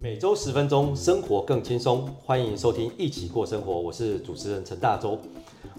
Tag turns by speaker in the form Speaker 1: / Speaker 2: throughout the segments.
Speaker 1: 每周十分钟，生活更轻松。欢迎收听《一起过生活》，我是主持人陈大洲。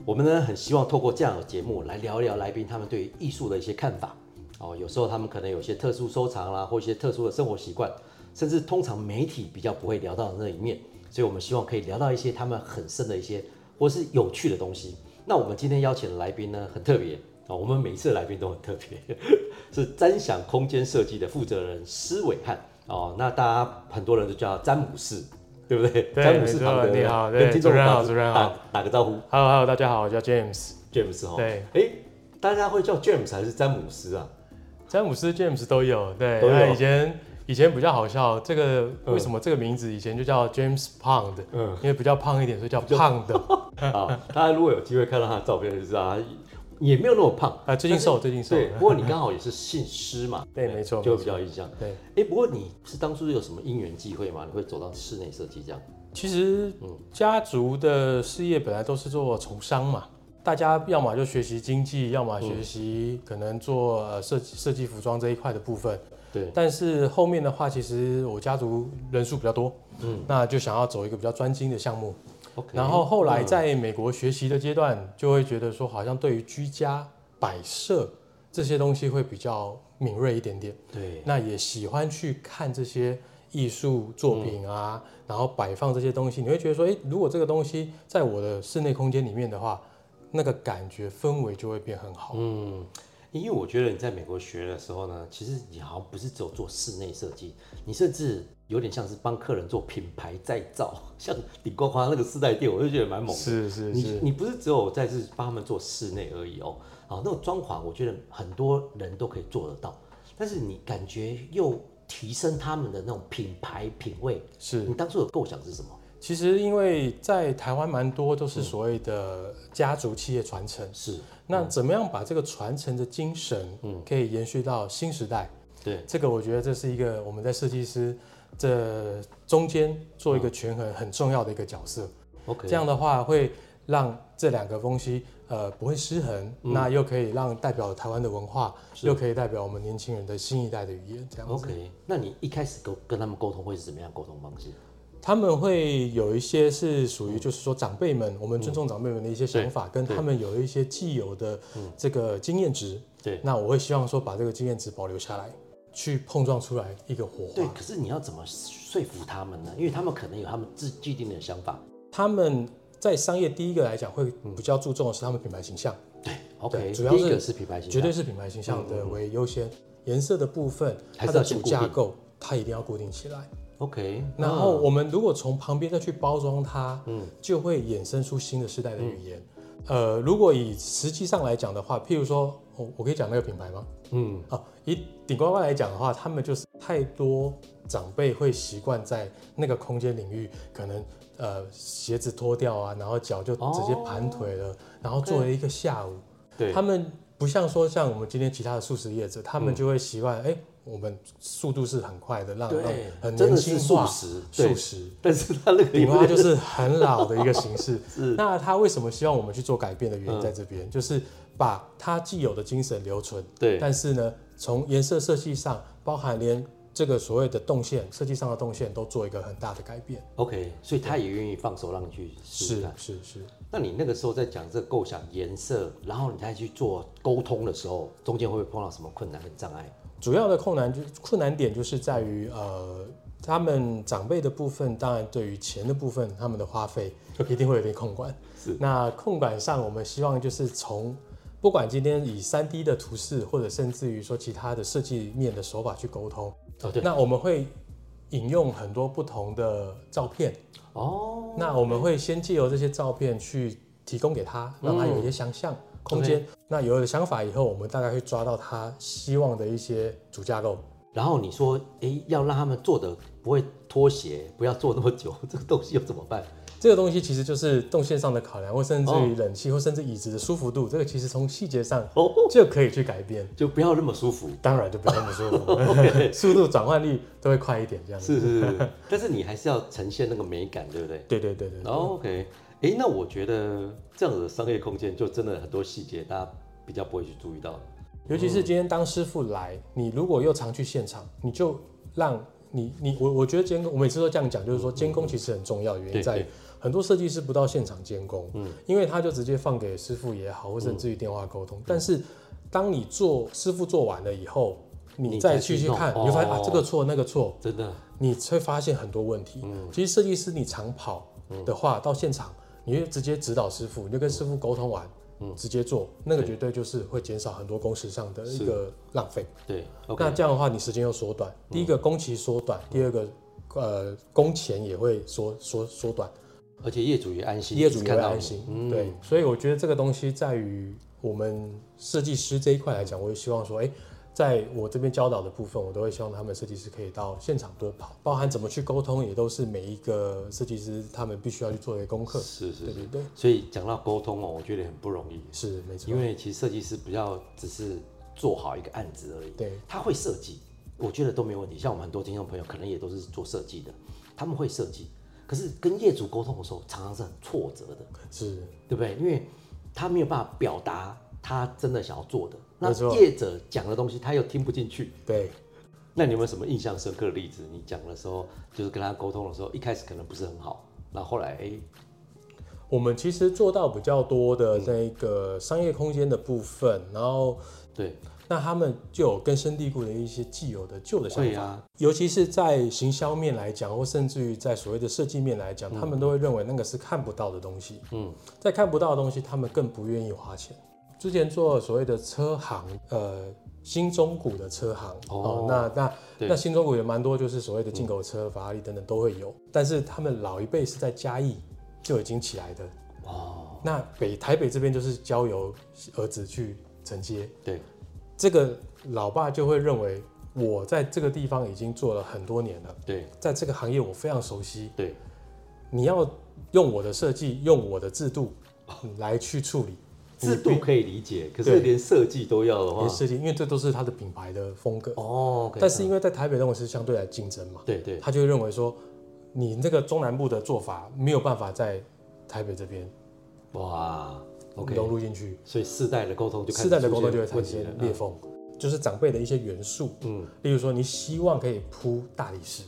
Speaker 1: 我们呢很希望透过这样的节目来聊一聊来宾他们对于艺术的一些看法。哦，有时候他们可能有些特殊收藏啦，或一些特殊的生活习惯，甚至通常媒体比较不会聊到的那一面。所以我们希望可以聊到一些他们很深的一些或是有趣的东西。那我们今天邀请的来宾呢很特别啊、哦，我们每一次的来宾都很特别， 是瞻享空间设计的负责人施伟汉。哦，那大家很多人都叫詹姆士，对不对？
Speaker 2: 对
Speaker 1: 詹姆士庞德，
Speaker 2: 没错你好对
Speaker 1: 跟听众
Speaker 2: 主任好
Speaker 1: 打
Speaker 2: 主任好
Speaker 1: 打打个招呼
Speaker 2: Hello Hello，大家好，我叫 James。
Speaker 1: ，James 哦。
Speaker 2: 对，
Speaker 1: 哎，大家会叫 James 还是詹姆斯啊？
Speaker 2: 詹姆斯、James 都有，对，
Speaker 1: 都有
Speaker 2: 那以前以前比较好笑，这个为什么这个名字以前就叫 James Pound？
Speaker 1: 嗯
Speaker 2: 嗯，因为比较胖一点，所以叫胖的。
Speaker 1: 啊，大家如果有机会看到他的照片，就知道他也没有那么胖
Speaker 2: 啊最近
Speaker 1: 但是
Speaker 2: 瘦最近瘦
Speaker 1: 对，不过你刚好也是姓施嘛，
Speaker 2: 对 没错
Speaker 1: 就会比较有印象。
Speaker 2: 对，
Speaker 1: 哎，不过你是当初有什么因缘际会嘛？你会走到室内设计这样？
Speaker 2: 其实家族的事业本来都是做从商嘛，大家要么就学习经济，要么学习可能做呃设计设计服装这一块的部分。
Speaker 1: 对，
Speaker 2: 但是后面的话，其实我家族人数比较多，嗯，那就想要走一个比较专精的项目。
Speaker 1: OK 嗯
Speaker 2: 然后后来在美国学习的阶段，就会觉得说，好像对于居家摆设这些东西会比较敏锐一点点。
Speaker 1: 对，
Speaker 2: 那也喜欢去看这些艺术作品啊，然后摆放这些东西，你会觉得说，诶，如果这个东西在我的室内空间里面的话，那个感觉氛围就会变很好。
Speaker 1: 嗯，因为我觉得你在美国学的时候呢，其实你好像不是只有做室内设计，你甚至有点像是帮客人做品牌再造，像顶呱呱那个四代店，我就觉得蛮猛的。
Speaker 2: 是是
Speaker 1: 你
Speaker 2: 是，
Speaker 1: 你不是只有在是帮他们做室内而已哦，啊，那种装潢我觉得很多人都可以做得到，但是你感觉又提升他们的那种品牌品味，
Speaker 2: 是
Speaker 1: 你当初的构想是什么？
Speaker 2: 其实因为在台湾蛮多都是所谓的家族企业传承，
Speaker 1: 是
Speaker 2: 那怎么样把这个传承的精神，可以延续到新时代？
Speaker 1: 对，
Speaker 2: 这个我觉得这是一个我们在设计师这中间做一个权衡很重要的一个角色。
Speaker 1: ，OK，
Speaker 2: 这样的话会让这两个东西呃不会失衡，那又可以让代表台湾的文化，又可以代表我们年轻人的新一代的语言，这样子。
Speaker 1: OK，那你一开始沟跟他们沟通会是怎么样沟通方式？
Speaker 2: 他们会有一些是属于，就是说长辈们，我们尊重长辈们的一些想法，跟他们有一些既有的这个经验值。
Speaker 1: 对
Speaker 2: 那我会希望说把这个经验值保留下来，去碰撞出来一个火
Speaker 1: 对，
Speaker 2: 花。
Speaker 1: 可是你要怎么说服他们呢？因为他们可能有他们自既定的想法。
Speaker 2: 他们在商业第一个来讲，会比较注重的是他们品牌形象。
Speaker 1: 对，OK，
Speaker 2: 主要
Speaker 1: 第一
Speaker 2: 是
Speaker 1: 个是品牌形象，嗯
Speaker 2: 绝对是品牌形象的为优先。颜色的部分，
Speaker 1: 还
Speaker 2: 它
Speaker 1: 是要
Speaker 2: 的
Speaker 1: 先
Speaker 2: 主
Speaker 1: 固定嗯
Speaker 2: 架构它一定要固定起来。
Speaker 1: OK。
Speaker 2: 然后我们如果从旁边再去包装它，嗯，就会衍生出新的时
Speaker 1: 嗯
Speaker 2: 代的语言。呃，如果以实际上来讲的话，譬如说，我、我可以讲那个品牌吗？
Speaker 1: 嗯，
Speaker 2: 啊，以顶呱呱来讲的话，他们就是太多长辈会习惯在那个空间领域，可能呃鞋子脱掉啊，然后脚就直接盘腿了，然后坐了一个下午。
Speaker 1: 哦对
Speaker 2: 他们不像说像我们今天其他的素食业者，
Speaker 1: 嗯
Speaker 2: 他们就会习惯哎、我们速度是很快的，让
Speaker 1: 对
Speaker 2: 让嗯很
Speaker 1: 真
Speaker 2: 年
Speaker 1: 的
Speaker 2: 轻
Speaker 1: 是
Speaker 2: 化
Speaker 1: 素食对
Speaker 2: 素食。
Speaker 1: 但是他那个
Speaker 2: 顶
Speaker 1: 也不
Speaker 2: 呱呱就是很老的一个形式
Speaker 1: 是。嗯
Speaker 2: 那他为什么希望我们去做改变的原因在这边，就是把他既有的精神留存，
Speaker 1: 对
Speaker 2: 但是呢，从颜色设计上，包含连这个所谓的动线设计上的动线，都做一个很大的改变。
Speaker 1: OK，所以他也愿意放手让你去试试看。
Speaker 2: 是是，
Speaker 1: 那你那个时候在讲这个构想颜色，然后你再去做沟通的时候，中间会不会碰到什么困难跟障碍？
Speaker 2: 主要的困难就困难点就是在于呃，他们长辈的部分，当然对于钱的部分，他们的花费一定会有点控管。
Speaker 1: 是，
Speaker 2: 那控管上，我们希望就是从不管今天以三 D 的图示，或者甚至于说其他的设计面的手法去沟通。
Speaker 1: 哦对
Speaker 2: 那我们会引用很多不同的照片，
Speaker 1: 哦，
Speaker 2: 那我们会先借由这些照片去提供给他，让他有一些想象空间。那有了想法以后，我们大概会抓到他希望的一些主架构。
Speaker 1: 然后你说，诶，要让他们做的不会脱鞋，不要做那么久， 这个东西又怎么办？
Speaker 2: 这个东西其实就是动线上的考量，或甚至
Speaker 1: 哦
Speaker 2: 于冷气，或甚至椅子的舒服度，这个其实从细节上
Speaker 1: 哦，
Speaker 2: 就可以去改变。
Speaker 1: 就不要那么舒服。
Speaker 2: 当然就不要那么舒服， 速度转换率都会快一点这样
Speaker 1: 是
Speaker 2: 子。
Speaker 1: 是是， 但是你还是要呈现那个美感，对不对？
Speaker 2: 对对对对，
Speaker 1: 哦 OK，诶，那我觉得这样子的商业空间就真的很多细节大家比较不会去注意到。
Speaker 2: 尤其是今天当师傅来，你如果又常去现场，你就让你你我我觉得监工，我每次都这样讲，就是说监工其实很重要，原
Speaker 1: 嗯
Speaker 2: 因
Speaker 1: 对
Speaker 2: 在于
Speaker 1: 对
Speaker 2: 很多设计师不到现场监工，嗯，因为他就直接放给师傅也好，
Speaker 1: 嗯
Speaker 2: 或甚至于电话沟通。但是当你做师傅做完了以后，
Speaker 1: 你
Speaker 2: 你
Speaker 1: 再
Speaker 2: 再去
Speaker 1: 去
Speaker 2: 去
Speaker 1: 弄
Speaker 2: 看，你会发现啊
Speaker 1: 哦
Speaker 2: 这个错那个错，
Speaker 1: 真的
Speaker 2: 你会发现很多问题。其实设计师你长跑的话，到现场你就直接指导师傅，你就跟师傅沟通完，直接做，那个绝对就是会减少很多工时上的一个浪费。
Speaker 1: 对
Speaker 2: 那
Speaker 1: ，OK，
Speaker 2: 这样的话，你时间又缩短。第一个工期缩短，第二个呃工钱也会缩缩缩短，
Speaker 1: 而且业主也安心，
Speaker 2: 业主也
Speaker 1: 看
Speaker 2: 会
Speaker 1: 到
Speaker 2: 安
Speaker 1: 你
Speaker 2: 心。
Speaker 1: 嗯，
Speaker 2: 对，所以我觉得这个东西在于我们设计师这一块来讲，我也希望说，哎、在我这边教导的部分，我都会希望他们设计师可以到现场多跑，包含怎么去沟通，也都是每一个设计师他们必须要去做的功课。
Speaker 1: 是是
Speaker 2: 对
Speaker 1: 是
Speaker 2: 对。对，
Speaker 1: 所以讲到沟通哦，我觉得很不容易，
Speaker 2: 是没错
Speaker 1: 因。为其实设计师不要只是做好一个案子而已，
Speaker 2: 对，
Speaker 1: 他会设计，我觉得都没问题。像我们很多听众朋友可能也都是做设计的，他们会设计，可是跟业主沟通的时候，常常是很挫折的，
Speaker 2: 是
Speaker 1: 对不对？因为他没有办法表达他真的想要做的，那
Speaker 2: 没错
Speaker 1: 业者讲的东西他又听不进去。
Speaker 2: 对。
Speaker 1: 那你有没有什么印象深刻的例子？你讲的时候，就是跟他沟通的时候，一开始可能不是很好，然后后来哎，
Speaker 2: 我们其实做到比较多的那个商业空间的部分，然后
Speaker 1: 对，
Speaker 2: 那他们就有根深蒂固的一些既有的旧的想
Speaker 1: 对
Speaker 2: 法，
Speaker 1: 啊，
Speaker 2: 尤其是在行销面来讲，或甚至于在所谓的设计面来讲，他们都会认为那个是看不到的东西。
Speaker 1: 嗯，
Speaker 2: 在看不到的东西，他们更不愿意花钱。之前做所谓的车行，呃，新中古的车行，
Speaker 1: 哦
Speaker 2: 那那
Speaker 1: 对
Speaker 2: 那新中古也蛮多，就是所谓的进口车、法拉利等等都会有，但是他们老一辈是在嘉义就已经起来的，
Speaker 1: 哦，
Speaker 2: 那北台北这边就是交由儿子去承接，
Speaker 1: 对，
Speaker 2: 这个老爸就会认为我在这个地方已经做了很多年了，
Speaker 1: 对，
Speaker 2: 在这个行业我非常熟悉，
Speaker 1: 对，
Speaker 2: 你要用我的设计，用我的制 度来去处理
Speaker 1: 制度可以理解，可是
Speaker 2: 对
Speaker 1: 连设计都要的
Speaker 2: 你的
Speaker 1: 话，
Speaker 2: 设计，因为这都是他的品牌的风格。
Speaker 1: 哦，
Speaker 2: 但是因为在台北那种是相对来竞争嘛，
Speaker 1: 对对
Speaker 2: 他就会认为说你那个中南部的做法没有办法在台北这边
Speaker 1: 哇，OK，
Speaker 2: 融入进去。
Speaker 1: 所以世代的沟通就开始
Speaker 2: 世代的沟通就会
Speaker 1: 出
Speaker 2: 产
Speaker 1: 现
Speaker 2: 生
Speaker 1: 问题
Speaker 2: 裂
Speaker 1: 了。
Speaker 2: 缝，就是长辈的一些元素，
Speaker 1: 嗯，
Speaker 2: 例如说你希望可以铺大理石，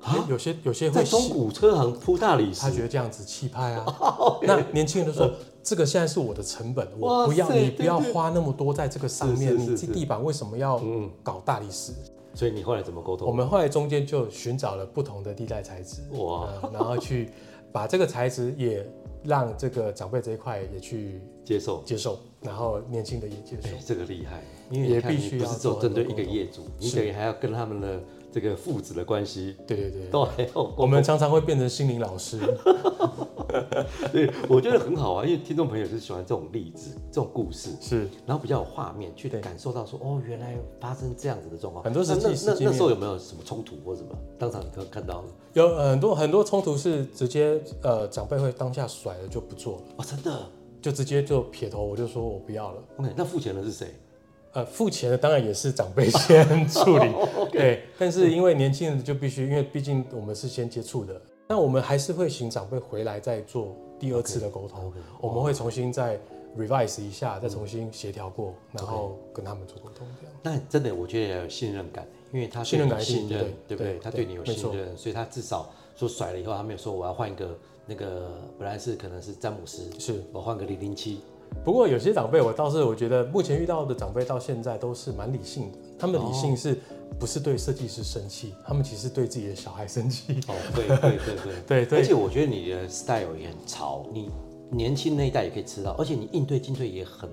Speaker 1: 啊
Speaker 2: 有些有些
Speaker 1: 在
Speaker 2: 会
Speaker 1: 中
Speaker 2: 希，
Speaker 1: 古车行铺大理石哦
Speaker 2: 他，觉得这样子气 派啊，那年轻人都说这个现在是我的成本，我不要
Speaker 1: 哇塞
Speaker 2: 你不要
Speaker 1: 对对
Speaker 2: 花那么多在这个上
Speaker 1: 是
Speaker 2: 面，
Speaker 1: 是
Speaker 2: 你
Speaker 1: 是
Speaker 2: 这地板为什么要
Speaker 1: 嗯
Speaker 2: 搞大理石？
Speaker 1: 所以你后来怎么沟
Speaker 2: 我
Speaker 1: 通？
Speaker 2: 们后来中间就寻找了不同的地带材质，
Speaker 1: 哇
Speaker 2: 呃然后去把这个材质也让这个长辈这一块也去
Speaker 1: 接受，
Speaker 2: 接 受，然后年轻的也接受
Speaker 1: 哎，，这个厉害，因为
Speaker 2: 也
Speaker 1: 你看
Speaker 2: 必
Speaker 1: 你
Speaker 2: 须
Speaker 1: 不
Speaker 2: 要
Speaker 1: 是只
Speaker 2: 做
Speaker 1: 有针
Speaker 2: 很
Speaker 1: 对
Speaker 2: 多
Speaker 1: 一个
Speaker 2: 沟通
Speaker 1: 业主，你
Speaker 2: 是
Speaker 1: 等于还要跟他们的这个父子的关系
Speaker 2: 对对对。
Speaker 1: 都还要
Speaker 2: 我们常常会变成心灵老师，
Speaker 1: 对，我觉得很好啊，因为听众朋友是喜欢这种例子、这种故事，
Speaker 2: 是
Speaker 1: 然后比较有画面，去
Speaker 2: 对
Speaker 1: 感受到说，哦，原来发生这样子的状况。
Speaker 2: 很多
Speaker 1: 那
Speaker 2: 实际
Speaker 1: 那
Speaker 2: 实
Speaker 1: 那
Speaker 2: 际
Speaker 1: 那
Speaker 2: 面
Speaker 1: 时候有没有什么冲突或什么？当场你看看到的
Speaker 2: 有很多很多冲突是直接呃长辈会当下甩了就不做了，
Speaker 1: 哦，真的。
Speaker 2: 就直接就撇头，我就说我不要了。
Speaker 1: OK，那付钱的是谁？
Speaker 2: 呃，付钱的当然也是长 辈先处理，
Speaker 1: 哦
Speaker 2: 对。但是因为年轻人就必须，因为毕竟我们是先接触的，那我们还是会请长辈回来再做第二次的沟通
Speaker 1: OK，OK，哦嗯
Speaker 2: 我们会重新再 revise 一下，再重新协调过，然后跟他们做沟通这样。
Speaker 1: 那真的，我觉得要有信任感，因为他对
Speaker 2: 信任感
Speaker 1: 你
Speaker 2: 一定
Speaker 1: 信任，对
Speaker 2: 对
Speaker 1: 不对？
Speaker 2: 对
Speaker 1: 他对你有
Speaker 2: 对没
Speaker 1: 信任，所以他至少说甩了以后，他没有说我要换一个那个，本来是可能是詹姆斯，
Speaker 2: 是。
Speaker 1: 我换个零零七，
Speaker 2: 不过有些长辈，我倒是我觉得目前遇到的长辈到现在都是蛮理性的，他们的理
Speaker 1: 哦
Speaker 2: 性是不是对设计师生气？他们其实对自己的小孩生气。
Speaker 1: 哦，对对对对
Speaker 2: 对对
Speaker 1: 而且我觉得你的 style 也很潮，你年轻那一代也可以吃到，而且你应对进退也很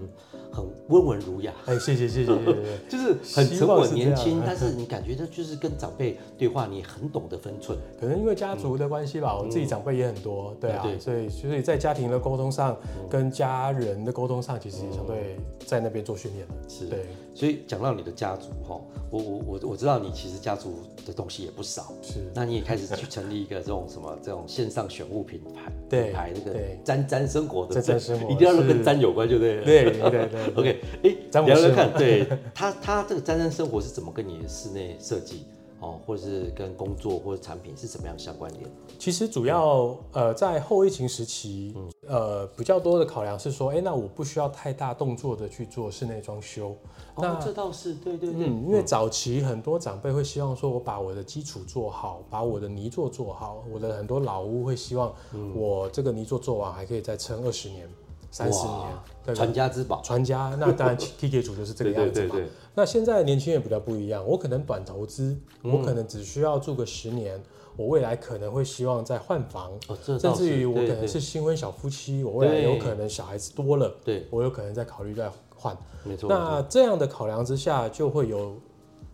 Speaker 1: 很温文儒雅，
Speaker 2: 哎，谢谢谢谢谢谢谢谢。
Speaker 1: 就是很
Speaker 2: 希
Speaker 1: 沉
Speaker 2: 望
Speaker 1: 稳
Speaker 2: 是这
Speaker 1: 年
Speaker 2: 样
Speaker 1: 轻，但是你感觉到就是跟长辈对话，你很懂得分寸。
Speaker 2: 可能因为家族的关系吧，我自己长辈也很多，对啊
Speaker 1: 嗯对，
Speaker 2: 所以所以在家庭的沟通上，跟家人的沟通上，其实也相对在那边做训练的。
Speaker 1: 是
Speaker 2: 对，
Speaker 1: 所以讲到你的家族哈，我我我我知道你其实家族的东西也不少，
Speaker 2: 是
Speaker 1: 那你也开始去成立一个这种什么这种线上选物品牌，
Speaker 2: 对
Speaker 1: 品牌这个
Speaker 2: 对
Speaker 1: 沾沾生活的，
Speaker 2: 沾沾生活
Speaker 1: 一定要跟
Speaker 2: 是
Speaker 1: 沾有关，就对了。
Speaker 2: 对对对 对
Speaker 1: OK，哎、
Speaker 2: 詹姆
Speaker 1: 聊
Speaker 2: 士
Speaker 1: 聊
Speaker 2: 吗
Speaker 1: 看，对他他这个沾沾生活是怎么跟你的室内设计哦，或者是跟工作或者产品是怎么样相关联？
Speaker 2: 其实主要呃，在后疫情时期，
Speaker 1: 嗯
Speaker 2: 呃，比较多的考量是说，哎、那我不需要太大动作的去做室内装修。那
Speaker 1: 哦，这倒是对对对，
Speaker 2: 嗯，因为早期很多长辈会希望说，我把我的基础做好，把我的泥做做好。我的很多老屋会希望
Speaker 1: 嗯
Speaker 2: 我这个泥做做完，还可以再撑二十年、三十年
Speaker 1: 哇，
Speaker 2: 对吧
Speaker 1: 传？家之宝，
Speaker 2: 传家，那当然 K 主就是这个样子嘛。
Speaker 1: 对，
Speaker 2: 那现在年轻人比较不一样，我可能短投资，
Speaker 1: 嗯
Speaker 2: 我可能只需要住个十年，我未来可能会希望再换房，
Speaker 1: 哦，这
Speaker 2: 甚
Speaker 1: 倒
Speaker 2: 至于
Speaker 1: 是
Speaker 2: 我
Speaker 1: 对
Speaker 2: 可能
Speaker 1: 对
Speaker 2: 是新婚小夫妻，我未来
Speaker 1: 对
Speaker 2: 有可能小孩子多了，
Speaker 1: 对，
Speaker 2: 我有可能再考虑再换。
Speaker 1: 没错，
Speaker 2: 那这样的考量之下，就会有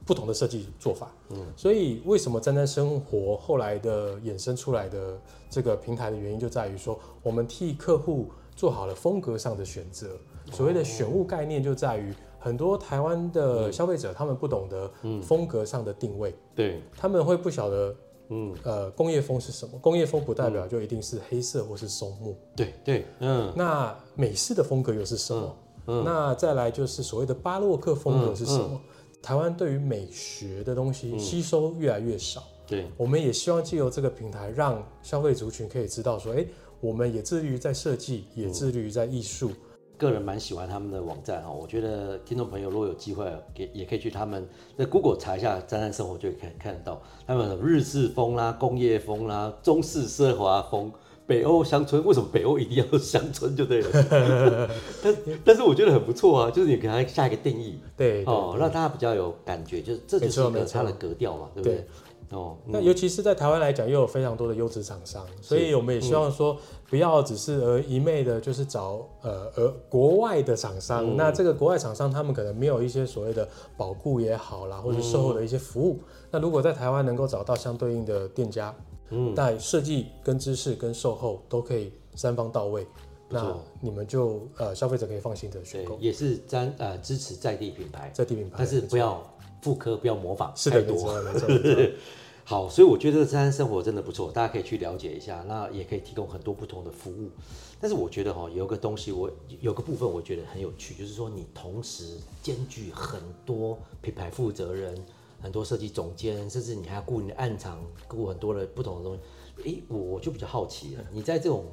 Speaker 2: 不同的设计做法。嗯，所以为什么站在生活后来的衍生出来的这个平台的原因，就在于说我们替客户做好了风格上的选择。所谓的选物概念，就在于很多台湾的消费者他们不懂得风格上的定位，
Speaker 1: 对，
Speaker 2: 他们会不晓得。
Speaker 1: 嗯，
Speaker 2: 呃，工业风是什么？工业风不代表就一定是黑色或是松木。
Speaker 1: 对对，嗯，
Speaker 2: 那美式的风格又是什么？那再来就是所谓的巴洛克风格是什
Speaker 1: 嗯
Speaker 2: 么？台湾对于美学的东西吸收越来越少，
Speaker 1: 对，
Speaker 2: 我们也希望借由这个平台，让消费族群可以知道说，哎、我们也致力于在设计，
Speaker 1: 嗯
Speaker 2: 也致力于在艺术。
Speaker 1: 个人蛮喜欢他们的网站哈、我觉得听众朋友如果有机会，也也可以去他们在 Google 查一下“沾沾生活”，就可以看得到他们有日式风啦、工业风啦、中式奢华风、北欧乡村。为什么北欧一定要乡村就对了？ 但但是我觉得很不错啊，就是你给它下一个定义
Speaker 2: 对，对
Speaker 1: 哦，让大家比较有感觉，就是这就是一个它的格调嘛，对不对？哦，
Speaker 2: 那尤其是在台湾来讲，又有非常多的优质厂商，所以我
Speaker 1: 嗯
Speaker 2: 们也希望说，不要只是呃一昧的，就是找呃呃国外的厂商。
Speaker 1: 嗯
Speaker 2: 那这个国外厂商，他们可能没有一些所谓的保固也好啦，或者售后的一些服务。那如果在台湾能够找到相对应的店家，
Speaker 1: 嗯，
Speaker 2: 那设计跟知识跟售后都可以三方到位，
Speaker 1: 不错
Speaker 2: 那你们就呃消费者可以放心的选
Speaker 1: 对
Speaker 2: 购，
Speaker 1: 也是沾呃支持在地品牌，
Speaker 2: 在地品牌。
Speaker 1: 但是不要复刻，不要模仿
Speaker 2: 是
Speaker 1: 太
Speaker 2: 的，
Speaker 1: 多
Speaker 2: 没。错，没错，没错
Speaker 1: 好，所以我觉得这三生活真的不错，大家可以去了解一下，那也可以提供很多不同的服务。但是我觉得哈、有个东西我有个部分我觉得很有趣，就是说你同时兼具很多品牌负责人、很多设计总监，甚至你还要顾你的暗场，顾很多的不同的东西。诶，我我就比较好奇了，你在这种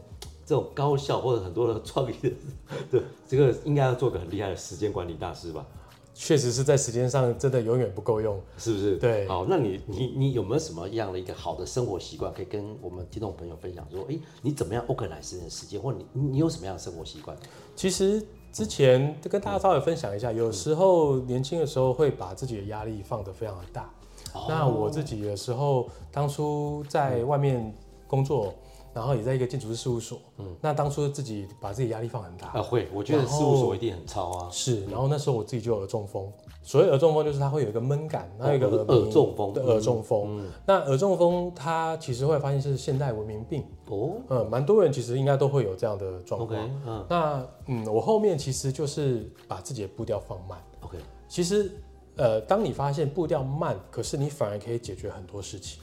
Speaker 1: 这种高效或者很多的创意的， 对这个应该要做个很厉害的时间管理大师吧？
Speaker 2: 确实是在时间上真的永远不够用。
Speaker 1: 是不是？
Speaker 2: 对
Speaker 1: 好，那你你你有没有什么样的一个好的生活习惯可以跟我们听众朋友分享？说，哎、你怎么样 organize 你的时间，或你你你有什么样的生活习惯？
Speaker 2: 其实之前跟大家稍微分享一下，有时候年轻的时候会把自己的压力放得非常的大。
Speaker 1: 哦
Speaker 2: 那我自己的时候，当初在外面工作，然后也在一个建筑师事务所，嗯，那当初自己把自己压力放很大，
Speaker 1: 啊，会，我觉得
Speaker 2: 然后
Speaker 1: 事务所一定很超啊，
Speaker 2: 是，然后那时候我自己就有耳中风。所谓耳中风，就是它会有一个闷感，它有一个
Speaker 1: 哦
Speaker 2: 鸣
Speaker 1: 耳中风嗯
Speaker 2: 对，耳中风。那耳中风，它其实会发现是现代文明病，
Speaker 1: 哦
Speaker 2: 呃，蛮多人其实应该都会有这样的状
Speaker 1: ，OK，
Speaker 2: 况。
Speaker 1: 嗯
Speaker 2: 那嗯，我后面其实就是把自己的步调放慢。
Speaker 1: ，OK，
Speaker 2: 其实，呃，当你发现步调慢，可是你反而可以解决很多事情。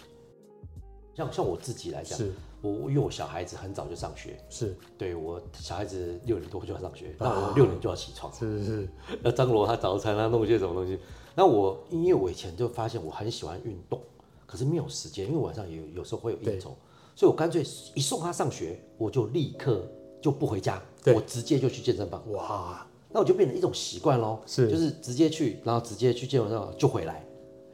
Speaker 1: 像像我自己来讲，
Speaker 2: 是
Speaker 1: 我我因为我小孩子很早就上学，
Speaker 2: 是
Speaker 1: 对我小孩子六点多就要上学，那
Speaker 2: 啊
Speaker 1: 我六点就要起床，
Speaker 2: 是是
Speaker 1: 那张罗他早餐啊，弄些什么东西。那我因为我以前就发现我很喜欢运动，可是没有时间，因为晚上有有时候会有应酬，所以我干脆一送他上学，我就立刻就不回家，
Speaker 2: 对
Speaker 1: 我直接就去健身房。
Speaker 2: 哇，
Speaker 1: 那我就变成一种习惯咯，
Speaker 2: 是
Speaker 1: 就是直接去，然后直接去健身房就回来。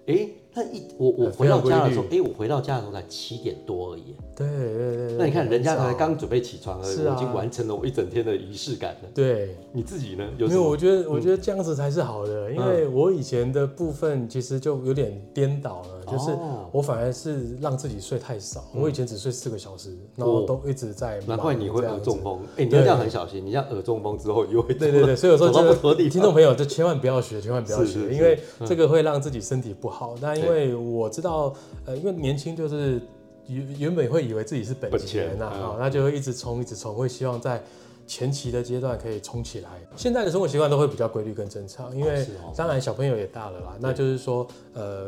Speaker 1: 诶，那一我我
Speaker 2: 呃
Speaker 1: 回到
Speaker 2: 非
Speaker 1: 家
Speaker 2: 常规
Speaker 1: 的
Speaker 2: 律
Speaker 1: 时候，诶，我回到家的时候才七点多而已。
Speaker 2: 对对对对。
Speaker 1: 那你看人家才
Speaker 2: 很早
Speaker 1: 刚准备起床而已，
Speaker 2: 呃是
Speaker 1: 我
Speaker 2: 啊
Speaker 1: 已经完成了我一整天的仪式感了。
Speaker 2: 对，
Speaker 1: 你自己呢？有
Speaker 2: 因
Speaker 1: 什
Speaker 2: 为
Speaker 1: 么？嗯
Speaker 2: 我觉得我觉得这样子才是好的，因为我以前的部分其实就有点颠倒了，就是
Speaker 1: 哦嗯
Speaker 2: 我反而是让自己睡太少，我以前只睡四个小时，然后都一直在忙
Speaker 1: 哦难怪你会
Speaker 2: 这
Speaker 1: 耳
Speaker 2: 样子
Speaker 1: 中风，哎、你要这样很小心，你像耳中风之后又会
Speaker 2: 对对对，所以有时候
Speaker 1: 走到不同
Speaker 2: 就
Speaker 1: 的地
Speaker 2: 是
Speaker 1: 方
Speaker 2: 听众朋友就千万不要学，千万不要
Speaker 1: 是是
Speaker 2: 学，
Speaker 1: 是
Speaker 2: 因为这个会让自己身体不好。那因为我知道，
Speaker 1: 嗯
Speaker 2: 呃，因为年轻就是原原本会以为自己是本
Speaker 1: 本
Speaker 2: 级
Speaker 1: 钱
Speaker 2: 人呐，
Speaker 1: 嗯
Speaker 2: 哦那就会一直冲，一直冲，会希望在。前期的阶段可以冲起来，现在的生活习惯都会比较规律跟正常，因
Speaker 1: 哦
Speaker 2: 为
Speaker 1: 是嗯哦
Speaker 2: 当然小朋友也大了
Speaker 1: 嗯
Speaker 2: 啦，那就是说，呃，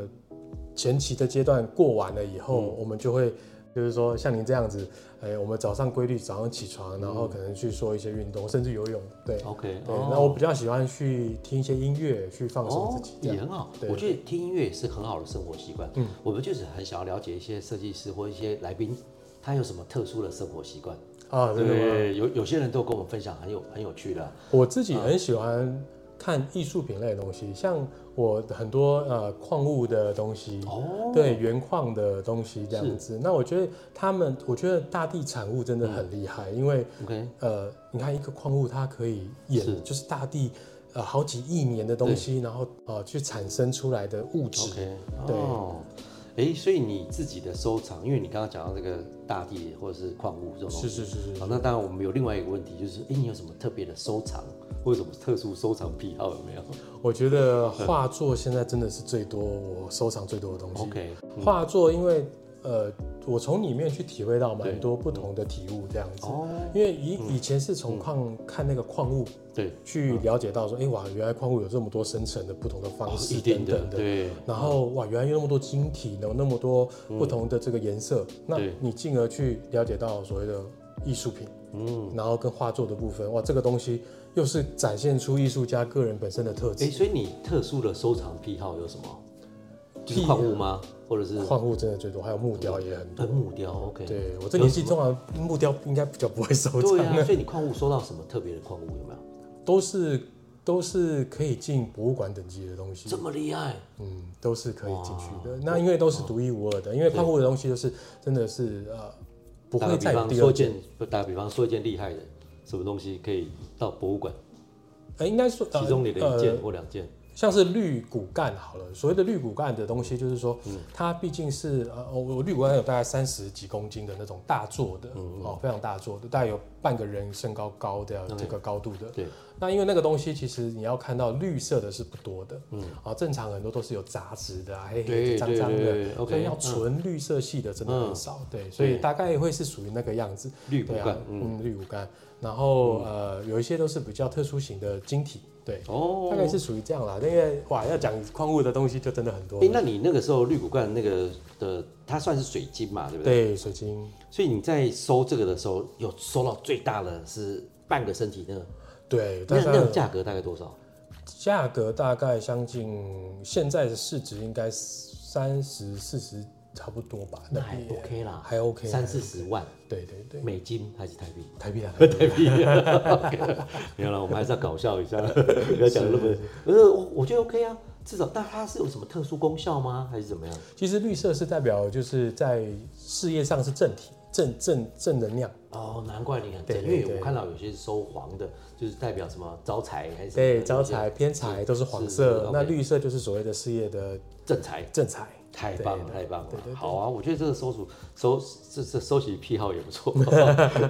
Speaker 2: 前期的阶段过完了以后，我们就会就是说像您这样子，哎、我们早上规律早上起床，然后可能去做一些运动，甚至游泳，对。
Speaker 1: OK，
Speaker 2: 对，
Speaker 1: 哦
Speaker 2: 那我比较喜欢去听一些音乐，去放松自己，这
Speaker 1: 哦也
Speaker 2: 样
Speaker 1: 很好。
Speaker 2: 对
Speaker 1: 我觉得听音乐也是很好的生活习惯。嗯
Speaker 2: 嗯，
Speaker 1: 我们就是很想要了解一些设计师或一些来宾，他有什么特殊的生活习惯。
Speaker 2: 啊，真的吗？
Speaker 1: 对，有有些人都跟我们分享很有很有趣的啊。
Speaker 2: 我自己很喜欢看艺术品类的东西，像我很多呃矿物的东西，
Speaker 1: 哦，
Speaker 2: 对原矿的东西这样子。那我觉得他们，我觉得大地产物真的
Speaker 1: 嗯
Speaker 2: 很厉害，因为
Speaker 1: ，OK，
Speaker 2: 呃，你看一个矿物，它可以演
Speaker 1: 是
Speaker 2: 就是大地呃好几亿年的东西，然后呃去产生出来的物质。
Speaker 1: OK，
Speaker 2: 对
Speaker 1: 哦，哎，所以你自己的收藏，因为你刚刚讲到这个大地或者是矿物这种东
Speaker 2: 是
Speaker 1: 西，
Speaker 2: 是是是
Speaker 1: 好，那当然我们有另外一个问题，就是哎，你有什么特别的收藏，或者什么特殊收藏癖好有没有
Speaker 2: 我觉
Speaker 1: 嗯
Speaker 2: 得画作现在真的是最多我收藏最多的东西。
Speaker 1: ？OK，嗯
Speaker 2: 画作，因为呃，我从里面去体会到
Speaker 1: 对
Speaker 2: 蛮多不同的体悟这样子。
Speaker 1: 哦，
Speaker 2: 因为以以前是从矿看那个矿物
Speaker 1: 对，
Speaker 2: 去了解到说，哎、哇，原来矿物有这么多生成的不同的
Speaker 1: 哦
Speaker 2: 方式
Speaker 1: 一定
Speaker 2: 等
Speaker 1: 的，
Speaker 2: 等的。
Speaker 1: 对，
Speaker 2: 然后哇，原来有那么多晶体，有那么多不同的这个颜色，那
Speaker 1: 对
Speaker 2: 你进而去了解到所谓的艺术品，
Speaker 1: 嗯，
Speaker 2: 然后跟画作的部分，哇，这个东西又是展现出艺术家个人本身的特
Speaker 1: 哎，
Speaker 2: 质。
Speaker 1: 所以你特殊的收藏癖好有什么？就是
Speaker 2: 癖啊
Speaker 1: 矿物吗？或者是
Speaker 2: 矿物真的最多，还有木雕也很多。
Speaker 1: 喷木雕？OK，啊
Speaker 2: 对我这年纪通常木雕应该比较不会收藏
Speaker 1: 对，啊，所以你矿物收到什么特别的矿物有没有？
Speaker 2: 都是都是可以进博物馆等级的东西
Speaker 1: 这，么厉害？
Speaker 2: 嗯，都是可以进去的。那因为都是独一无二的，因为矿物的东西就是真的是呃不
Speaker 1: 打个
Speaker 2: 会
Speaker 1: 比
Speaker 2: 再有
Speaker 1: 方
Speaker 2: 第
Speaker 1: 说
Speaker 2: 二
Speaker 1: 一
Speaker 2: 件。
Speaker 1: 件，不打个比方说一件厉害的，什么东西可以到博物馆，
Speaker 2: 呃，应该说呃
Speaker 1: 其中你的一件或两件，
Speaker 2: 像是绿骨干好了，所谓的绿骨干的东西，就是说
Speaker 1: 嗯
Speaker 2: 它毕竟是呃，我我绿骨干有大概三十几公斤的那种大座的，
Speaker 1: 嗯
Speaker 2: 哦，非常大座的，大概有半个人身高高的啊
Speaker 1: OK
Speaker 2: 这个高度的。
Speaker 1: 对，
Speaker 2: 那因为那个东西，其实你要看到绿色的是不多的，
Speaker 1: 嗯
Speaker 2: 嗯，啊，正常很多都是有杂质的啊，黑黑
Speaker 1: 对
Speaker 2: 的、脏
Speaker 1: 对
Speaker 2: 脏的，
Speaker 1: 对
Speaker 2: 所以
Speaker 1: ，OK，嗯
Speaker 2: 要纯绿色系的真的很少，对，所以大概会是属于那个样子，
Speaker 1: 绿骨
Speaker 2: 对啊
Speaker 1: 干，，嗯，
Speaker 2: 嗯，绿骨干，然后呃，有一些都是比较特殊型的晶体，对。
Speaker 1: 哦
Speaker 2: 大，概是属于这样啦，因为哇，要讲矿物的东西就真的很多
Speaker 1: 哎，
Speaker 2: 了。
Speaker 1: 那你那个时候绿骨干那个的，它算是水晶嘛，对不对？
Speaker 2: 对，水晶，
Speaker 1: 所以你在收这个的时候，有收到最大的是半个身体那个，
Speaker 2: 对，
Speaker 1: 那
Speaker 2: 但
Speaker 1: 那个
Speaker 2: 是
Speaker 1: 价格大概多少？
Speaker 2: 价格大概相近，现在的市值应该三十四十差不多吧，
Speaker 1: 那
Speaker 2: 那
Speaker 1: 还
Speaker 2: 边
Speaker 1: OK 啦，
Speaker 2: 还 OK，
Speaker 1: 三四十万
Speaker 2: 对对对，
Speaker 1: 美金还是台 币？
Speaker 2: 台币啊，
Speaker 1: 太屁了，OK 没有了，我们还是要搞笑一 下，不要讲得那么。呃，我我觉得 OK 啊，至少那它是有什么特殊功效吗？还是怎么样？
Speaker 2: 其实绿色是代表就是在事业上是正体，正正正能量，
Speaker 1: 哦，难怪你很正，
Speaker 2: 对
Speaker 1: 因
Speaker 2: 对
Speaker 1: 为我看到有些是收黄的，就是代表什么招财还是什么
Speaker 2: 对，招财偏财都是黄色
Speaker 1: 是，
Speaker 2: 那
Speaker 1: OK
Speaker 2: 绿色就是所谓的事业的
Speaker 1: 正财。
Speaker 2: 正财。
Speaker 1: 太棒了，
Speaker 2: 对
Speaker 1: 太棒了
Speaker 2: 对对！对
Speaker 1: 好啊，我觉得这个收集收这这收集癖好也不 错，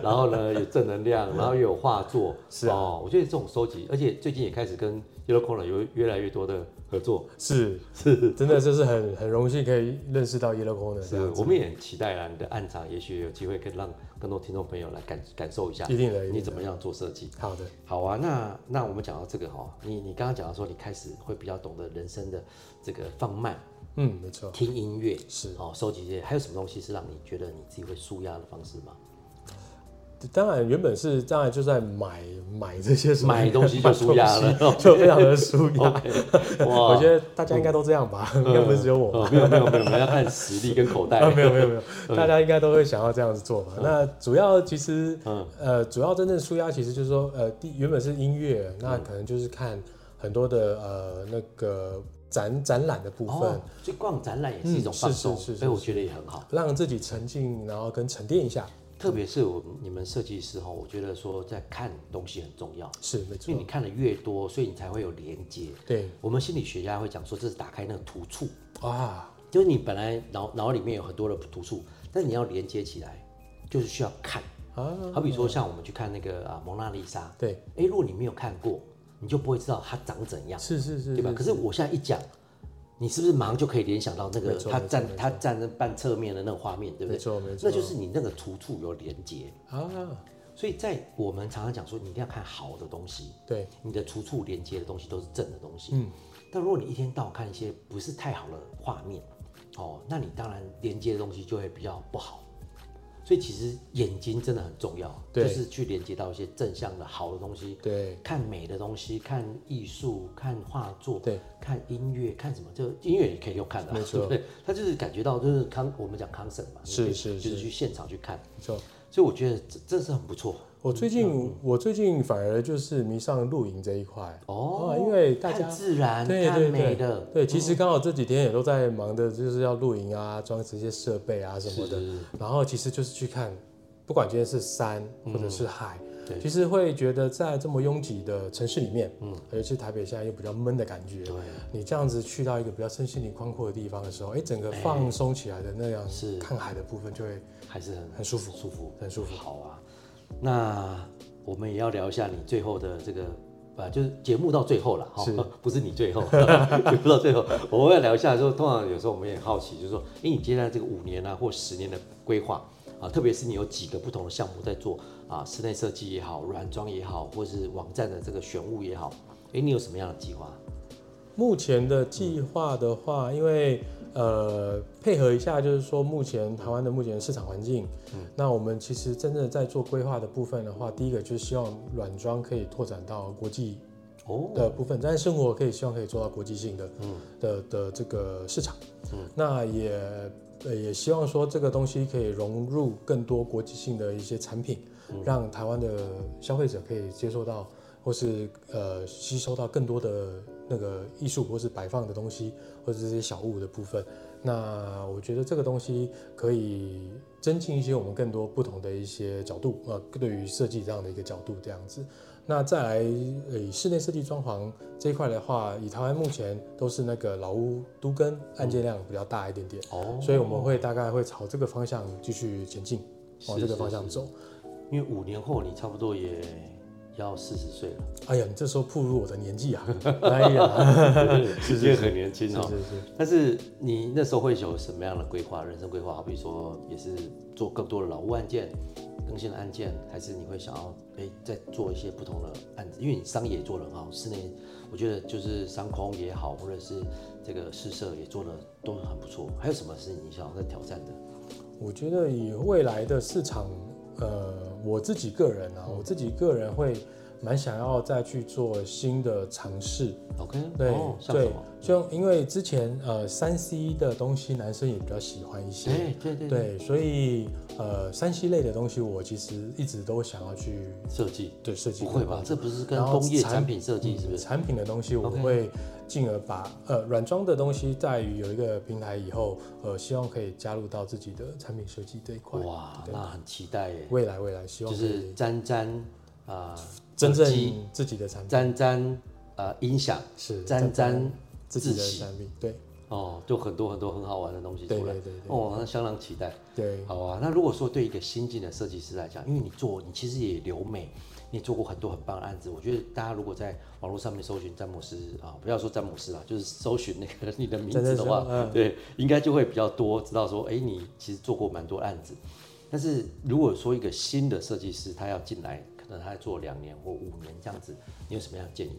Speaker 1: 然后呢有正能量，然后又有画作，
Speaker 2: 嗯是啊
Speaker 1: 哦，我觉得这种收集，而且最近也开始跟 Yellow Corner 有越来越多的合作，
Speaker 2: 是是， 真的就是很很荣幸可以认识到 Yellow Corner 这
Speaker 1: 是
Speaker 2: 样，子，
Speaker 1: 我们也很期待啊，你的暗场也许有机会可以让更多听众朋友来感感受一下
Speaker 2: 一定的，一
Speaker 1: 你
Speaker 2: 定
Speaker 1: 怎
Speaker 2: 的。
Speaker 1: 么样做设计。
Speaker 2: 好的，
Speaker 1: 好啊，那那我们讲到这个哈、你你刚刚讲到说你开始会比较懂得人生的这个放慢、
Speaker 2: 嗯，没错，
Speaker 1: 听音乐，
Speaker 2: 是。
Speaker 1: 哦，收集这些，还有什么东西是让你觉得你自己会舒压的方式吗？
Speaker 2: 当然原本是当然就在买买这些所谓的
Speaker 1: 买东西就舒压了 哦
Speaker 2: 买东西 就非常的舒压。
Speaker 1: OK，哇
Speaker 2: 我觉得大家应该都这样吧，应该不是只有我。
Speaker 1: 哦，没有没有没有，我们要看实力跟口袋
Speaker 2: 啊，。没有没有 没有，
Speaker 1: 嗯
Speaker 2: 大家应该都会想要这样子做吧？那主要其实，
Speaker 1: 嗯
Speaker 2: 呃，主要真正舒压其实就是说，呃，第原本是音乐，那可能就是看很多的呃那个展展览的部分
Speaker 1: 哦，，所以逛展览也是一种
Speaker 2: 嗯
Speaker 1: 放松，
Speaker 2: 是是是
Speaker 1: 所以我觉得也很好。
Speaker 2: 让自己沉浸，然后跟沉淀一下。
Speaker 1: 特别是我你们设计师哈，我觉得说在看东西很重要，
Speaker 2: 是没
Speaker 1: 因为
Speaker 2: 错
Speaker 1: 你，看的越多，所以你才会有连接。
Speaker 2: 对
Speaker 1: 我们心理学家会讲说，这是打开那个突触，
Speaker 2: 啊，
Speaker 1: 就是你本来脑脑里面有很多的突触，但是你要连接起来，就是需要看。
Speaker 2: 啊，
Speaker 1: 好比说像我们去看那个啊蒙娜丽莎，
Speaker 2: 对，
Speaker 1: 诶，如果你没有看过，你就不会知道它长怎样，
Speaker 2: 是是是，
Speaker 1: 对吧？可是我现在一讲，你是不是马上就可以联想到那个
Speaker 2: 没错
Speaker 1: 他
Speaker 2: 没错
Speaker 1: 站他站那半侧面的那个画面，对不
Speaker 2: 没
Speaker 1: 对？
Speaker 2: 错没错
Speaker 1: 那就是你那个突触有连接，
Speaker 2: 啊，
Speaker 1: 所以在我们常常讲说，你一定要看好的东西，
Speaker 2: 对，
Speaker 1: 你的突触连接的东西都是正的东西。
Speaker 2: 嗯，
Speaker 1: 但如果你一天到晚看一些不是太好的画面，哦，那你当然连接的东西就会比较不好。所以其实眼睛真的很重要，
Speaker 2: 对
Speaker 1: 就是去连接到一些正向的好的东西，
Speaker 2: 对
Speaker 1: 看美的东西，看艺术，看画作，
Speaker 2: 对，
Speaker 1: 看音乐，看什么？就音乐也可以用看的啊，
Speaker 2: 没错
Speaker 1: 对不对？他就是感觉到就是康，我们讲康神嘛，
Speaker 2: 是
Speaker 1: 你可以
Speaker 2: 是
Speaker 1: 就是
Speaker 2: 是
Speaker 1: 去现场去看，
Speaker 2: 没错。
Speaker 1: 所以我觉得这这是很不错
Speaker 2: 我最
Speaker 1: 嗯
Speaker 2: 近我最近反而就是迷上露营这一块，
Speaker 1: 哦
Speaker 2: 哦，因为大家
Speaker 1: 看自然，
Speaker 2: 对
Speaker 1: 看
Speaker 2: 对
Speaker 1: 美
Speaker 2: 对
Speaker 1: 的，
Speaker 2: 对，其实刚好这几天也都在忙的，就是要露营啊，装这些设备啊什么的。
Speaker 1: 是
Speaker 2: 然后其实就是去看，不管今天是山或者是海，
Speaker 1: 嗯对
Speaker 2: 其实会觉得在这么拥挤的城市里面，
Speaker 1: 嗯
Speaker 2: 嗯，尤其台北现在又比较闷的感觉，
Speaker 1: 对
Speaker 2: 你这样子去到一个比较身心灵宽阔的地方的时候，哎，整个放松起来的那样，
Speaker 1: 是
Speaker 2: 看海的部分就会
Speaker 1: 还是很
Speaker 2: 很舒服，
Speaker 1: 舒服，
Speaker 2: 很舒服。
Speaker 1: 好啊，那我们也要聊一下你最后的这个，呃，就是节目到最后了哈
Speaker 2: 是，
Speaker 1: 不是你最后，节目到最后，我们要聊一下说，通常有时候我们也很好奇，就是说，哎、你接下来这个五年啊或十年的规划啊，特别是你有几个不同的项目在做啊，室内设计也好，软装也好，或是网站的这个选物也好，哎、你有什么样的计划？
Speaker 2: 目前的计划的话，因为呃配合一下，就是说目前台湾的目前市场环境，那我们其实真正在做规划的部分的话，第一个就是希望软装可以拓展到国际
Speaker 1: 哦，
Speaker 2: 的部分，但是生活可以希望可以做到国际性的，的的这个市场，那也呃也希望说这个东西可以融入更多国际性的一些产品，让台湾的消费者可以接受到或是呃吸收到更多的那个艺术或是摆放的东西，或者这些小物的部分。那我觉得这个东西可以增进一些我们更多不同的一些角度，呃，对于设计这样的一个角度这样子。那再来，呃以室内设计装潢这一块的话，以台湾目前都是那个老屋都跟案件量比较大一点点，
Speaker 1: 哦，
Speaker 2: 所以我们会大概会朝这个方向继续前进，往
Speaker 1: 是
Speaker 2: 这个
Speaker 1: 是
Speaker 2: 方向
Speaker 1: 是
Speaker 2: 走。
Speaker 1: 因为五年后你差不多也要四十岁了，
Speaker 2: 哎呀，你这时候暴露我的年 纪啊！哎呀，
Speaker 1: 是是很年轻
Speaker 2: 是
Speaker 1: 哦。
Speaker 2: 是 是，
Speaker 1: 但是你那时候会有什么样的规划？人生规划，好比说也是做更多的劳务案件、更新的案件，还是你会想要哎、再做一些不同的案子？因为你商业也做得很好，室内我觉得就是商空也好，或者是这个试射也做的都很不错。还有什么是你想要再挑战的？
Speaker 2: 我觉得以未来的市场，呃，我自己个人啊，我自己个人会蛮想要再去做新的尝试。
Speaker 1: OK，
Speaker 2: 对、
Speaker 1: 哦、像什
Speaker 2: 对
Speaker 1: 么？，
Speaker 2: 就因为之前呃三 C 的东西男生也比较喜欢一些，
Speaker 1: 哎，对对对，
Speaker 2: 对，所以呃三 C 类的东西我其实一直都想要去
Speaker 1: 设计
Speaker 2: 对设计
Speaker 1: 不
Speaker 2: 跟
Speaker 1: 会
Speaker 2: 管理。
Speaker 1: 吧？这不是跟
Speaker 2: 然后
Speaker 1: 工业
Speaker 2: 产
Speaker 1: 产品设计是不
Speaker 2: 嗯
Speaker 1: 是？
Speaker 2: 产品的东西，我
Speaker 1: OK
Speaker 2: 会进而把呃软装的东西，在于有一个平台以后，呃，希望可以加入到自己的产品设计这一块。
Speaker 1: 哇，
Speaker 2: 对
Speaker 1: 那很期待耶！
Speaker 2: 未来未来，希
Speaker 1: 就
Speaker 2: 望可以
Speaker 1: 是沾沾啊，
Speaker 2: 真
Speaker 1: 耳机
Speaker 2: 正自己的产品
Speaker 1: 沾沾呃音响，
Speaker 2: 是
Speaker 1: 沾沾
Speaker 2: 自
Speaker 1: 自
Speaker 2: 己的
Speaker 1: 喜
Speaker 2: 产品，对
Speaker 1: 哦，就很多很多很好玩的东西
Speaker 2: 对
Speaker 1: 出来
Speaker 2: 对对对
Speaker 1: 哦，那相当期待。
Speaker 2: 对
Speaker 1: 好啊，那如果说对一个新进的设计师来讲，因为你做你其实也留美，你也做过很多很棒的案子，我觉得大家如果在网络上面搜寻詹姆斯啊，不要说詹姆斯啦，就是搜寻那个你的名字的 话，
Speaker 2: 詹姆斯嗯
Speaker 1: 对，应该就会比较多知道说，哎，你其实做过蛮多案子。但是如果说一个新的设计师他要进来，可能他做两年或五年这样子，你有什么样的建议？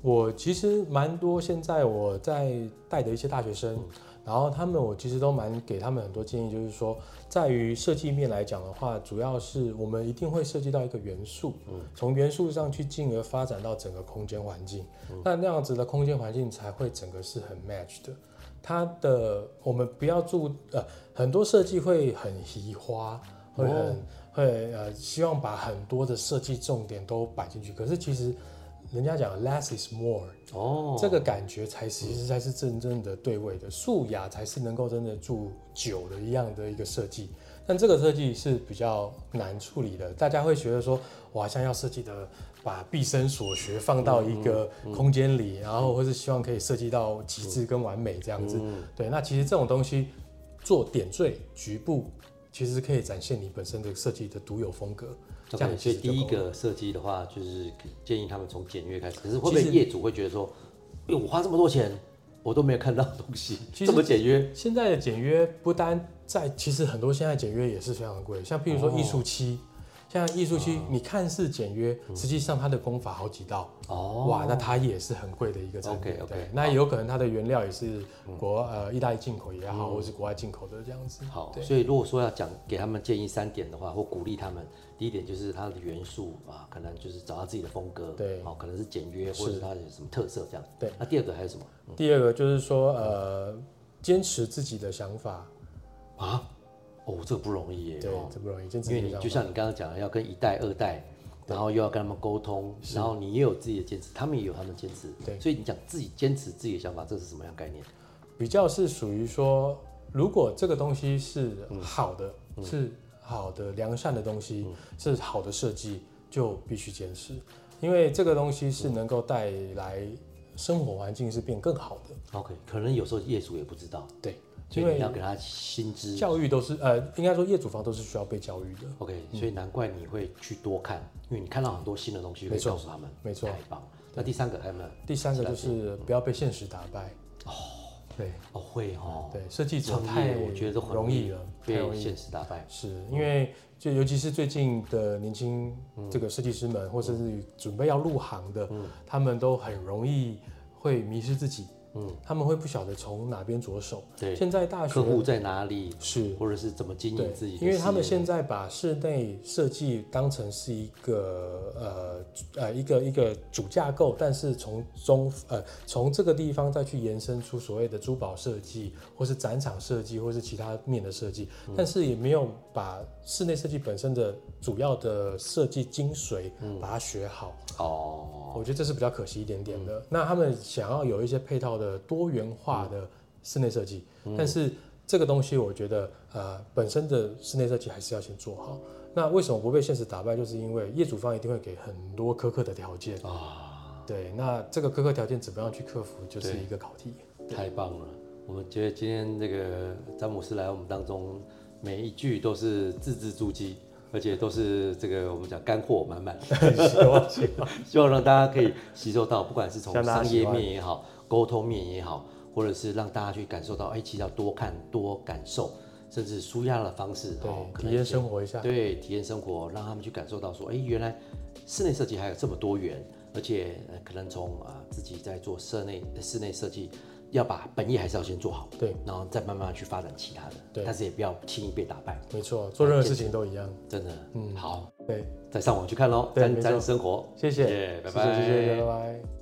Speaker 2: 我其实蛮多，现在我在带的一些大学生，
Speaker 1: 嗯
Speaker 2: 然后他们我其实都蛮给他们很多建议，就是说，在于设计面来讲的话，主要是我们一定会涉及到一个元素，从元素上去进而发展到整个空间环境，那那样子的空间环境才会整个是很 match 的。它的我们不要注呃，很多设计会很移花，会很、会呃，希望把很多的设计重点都摆进去，可是其实。人家讲 less is more，、
Speaker 1: 哦，
Speaker 2: 这个感觉才其实才是真正的对位的，素雅才是能够真的住久的一样的一个设计。但这个设计是比较难处理的，大家会觉得说，我好像要设计的把毕生所学放到一个空间里，然后或是希望可以设计到极致跟完美这样子。对，那其实这种东西做点缀局部，其实可以展现你本身的设计的独有风格。这样
Speaker 1: OK，所
Speaker 2: 其
Speaker 1: 以
Speaker 2: 实就
Speaker 1: 第一
Speaker 2: 够了
Speaker 1: 个设计的话，就是建议他们从简约开始。可是会不会
Speaker 2: 其实
Speaker 1: 业主会觉得说，哎、我花这么多钱，我都没有看到东西，
Speaker 2: 其
Speaker 1: 这
Speaker 2: 实
Speaker 1: 么简约？
Speaker 2: 现在的
Speaker 1: 哦
Speaker 2: 简约不单在，其实很多现在简约也是非常的贵，像譬如说艺术漆，现在艺术
Speaker 1: 啊
Speaker 2: 区你看似简约，实际上它的功法好几道，
Speaker 1: 嗯哦
Speaker 2: 哇，那它也是很贵的一个产品。
Speaker 1: OK，OK，
Speaker 2: 对那也有可能它的原料也是国呃意大利进口也好，或是国外进口的这样子。
Speaker 1: 嗯好，
Speaker 2: 对
Speaker 1: 所以如果说要讲给他们建议三点的话，或鼓励他们，第一点就是它的元素啊，可能就是找到自己的风格，
Speaker 2: 对
Speaker 1: 好、可能是简约，或者是它有什么特色这样。
Speaker 2: 对，
Speaker 1: 那第二个还有什么
Speaker 2: 第二个就是说，呃，坚持自己的想法，
Speaker 1: 啊？哦，这个不容易耶，
Speaker 2: 对
Speaker 1: 哦，
Speaker 2: 这不容易，坚持
Speaker 1: 因为
Speaker 2: 自己的
Speaker 1: 你
Speaker 2: 想
Speaker 1: 就
Speaker 2: 法。
Speaker 1: 像你刚刚讲的，要跟一代、二代，然后又要跟他们沟通，然后你也有自己的坚持，他们也有他们坚持，
Speaker 2: 对
Speaker 1: 所以你讲自己坚持自己的想法，这是什么样概念？
Speaker 2: 比较是属于说，如果这个东西是好的，
Speaker 1: 嗯
Speaker 2: 是好的良善的东西，是好的设计，就必须坚持，因为这个东西是能够带来生活环境是变更好的。
Speaker 1: OK，可能有时候业主也不知道，
Speaker 2: 对，
Speaker 1: 所
Speaker 2: 因
Speaker 1: 以你
Speaker 2: 为
Speaker 1: 要给他薪资。
Speaker 2: 教育都是呃，应该说业主方都是需要被教育的。
Speaker 1: OK，所以难怪你会去多看，因为你看到很多新的东西，可以
Speaker 2: 没错
Speaker 1: 告诉他们。
Speaker 2: 没错
Speaker 1: 太棒。那第三个还有没有？
Speaker 2: 第三个
Speaker 1: 啊
Speaker 2: 就是不要被现实打败。哦，对
Speaker 1: 哦，会哦，
Speaker 2: 对，设计者
Speaker 1: 创
Speaker 2: 太
Speaker 1: 业我觉得都很
Speaker 2: 容易了，太容
Speaker 1: 被
Speaker 2: 易
Speaker 1: 现实打败。
Speaker 2: 是因为就尤其是最近的年轻
Speaker 1: 嗯
Speaker 2: 这个设计师们，或甚至于准备要入行的，他们都很容易会迷失自己，嗯，他们会不晓得从哪边着手。
Speaker 1: 对
Speaker 2: 现在大学
Speaker 1: 客户在哪里，
Speaker 2: 是
Speaker 1: 或者是怎么经
Speaker 2: 对
Speaker 1: 营自己，的
Speaker 2: 因为他们
Speaker 1: 事业
Speaker 2: 现在把室内设计当成是一个呃主呃一个一个主架构，但是从中呃从这个地方再去延伸出所谓的珠宝设计，或是展场设计，或是其他面的设计，
Speaker 1: 嗯
Speaker 2: 但是也没有把室内设计本身的主要的设计精髓
Speaker 1: 嗯
Speaker 2: 把它学好。
Speaker 1: 哦，
Speaker 2: 我觉得这是比较可惜一点点的。
Speaker 1: 嗯
Speaker 2: 那他们想要有一些配套的多元化的室内设计，
Speaker 1: 嗯
Speaker 2: 但是这个东西我觉得呃本身的室内设计还是要先做好。那为什么不被现实打败？就是因为业主方一定会给很多苛刻的条件啊。对，那这个苛刻条件怎么样去克服，就是一个考题。
Speaker 1: 太棒了！我们觉得今天这个詹姆斯来我们当中，每一句都是字字珠玑，而且都是这个我们讲干货满满。
Speaker 2: 希望
Speaker 1: 希望让大家可以吸收到，不管是从
Speaker 2: 希望大家
Speaker 1: 商业
Speaker 2: 喜欢
Speaker 1: 面也好，沟通面也好，或者是让大家去感受到，哎，其实要多看、多感受，甚至舒压的方式，哦，可能
Speaker 2: 对，体验生活一下。
Speaker 1: 对，体验生活，让他们去感受到说，哎，原来室内设计还有这么多元，而且、呃、可能从啊、自己在做室内呃室内设计，要把本业还是要先做好，
Speaker 2: 对，
Speaker 1: 然后再慢慢地去发展其他的，
Speaker 2: 对
Speaker 1: 但是也不要轻易被打败，
Speaker 2: 没错，做任何事情都一样。
Speaker 1: 真的，嗯，好，
Speaker 2: 对，
Speaker 1: 再上网去看喽，
Speaker 2: 对
Speaker 1: 沾
Speaker 2: 没
Speaker 1: 沾
Speaker 2: 错
Speaker 1: 生活，
Speaker 2: 谢谢，
Speaker 1: 拜拜，
Speaker 2: 谢谢，谢谢，拜拜。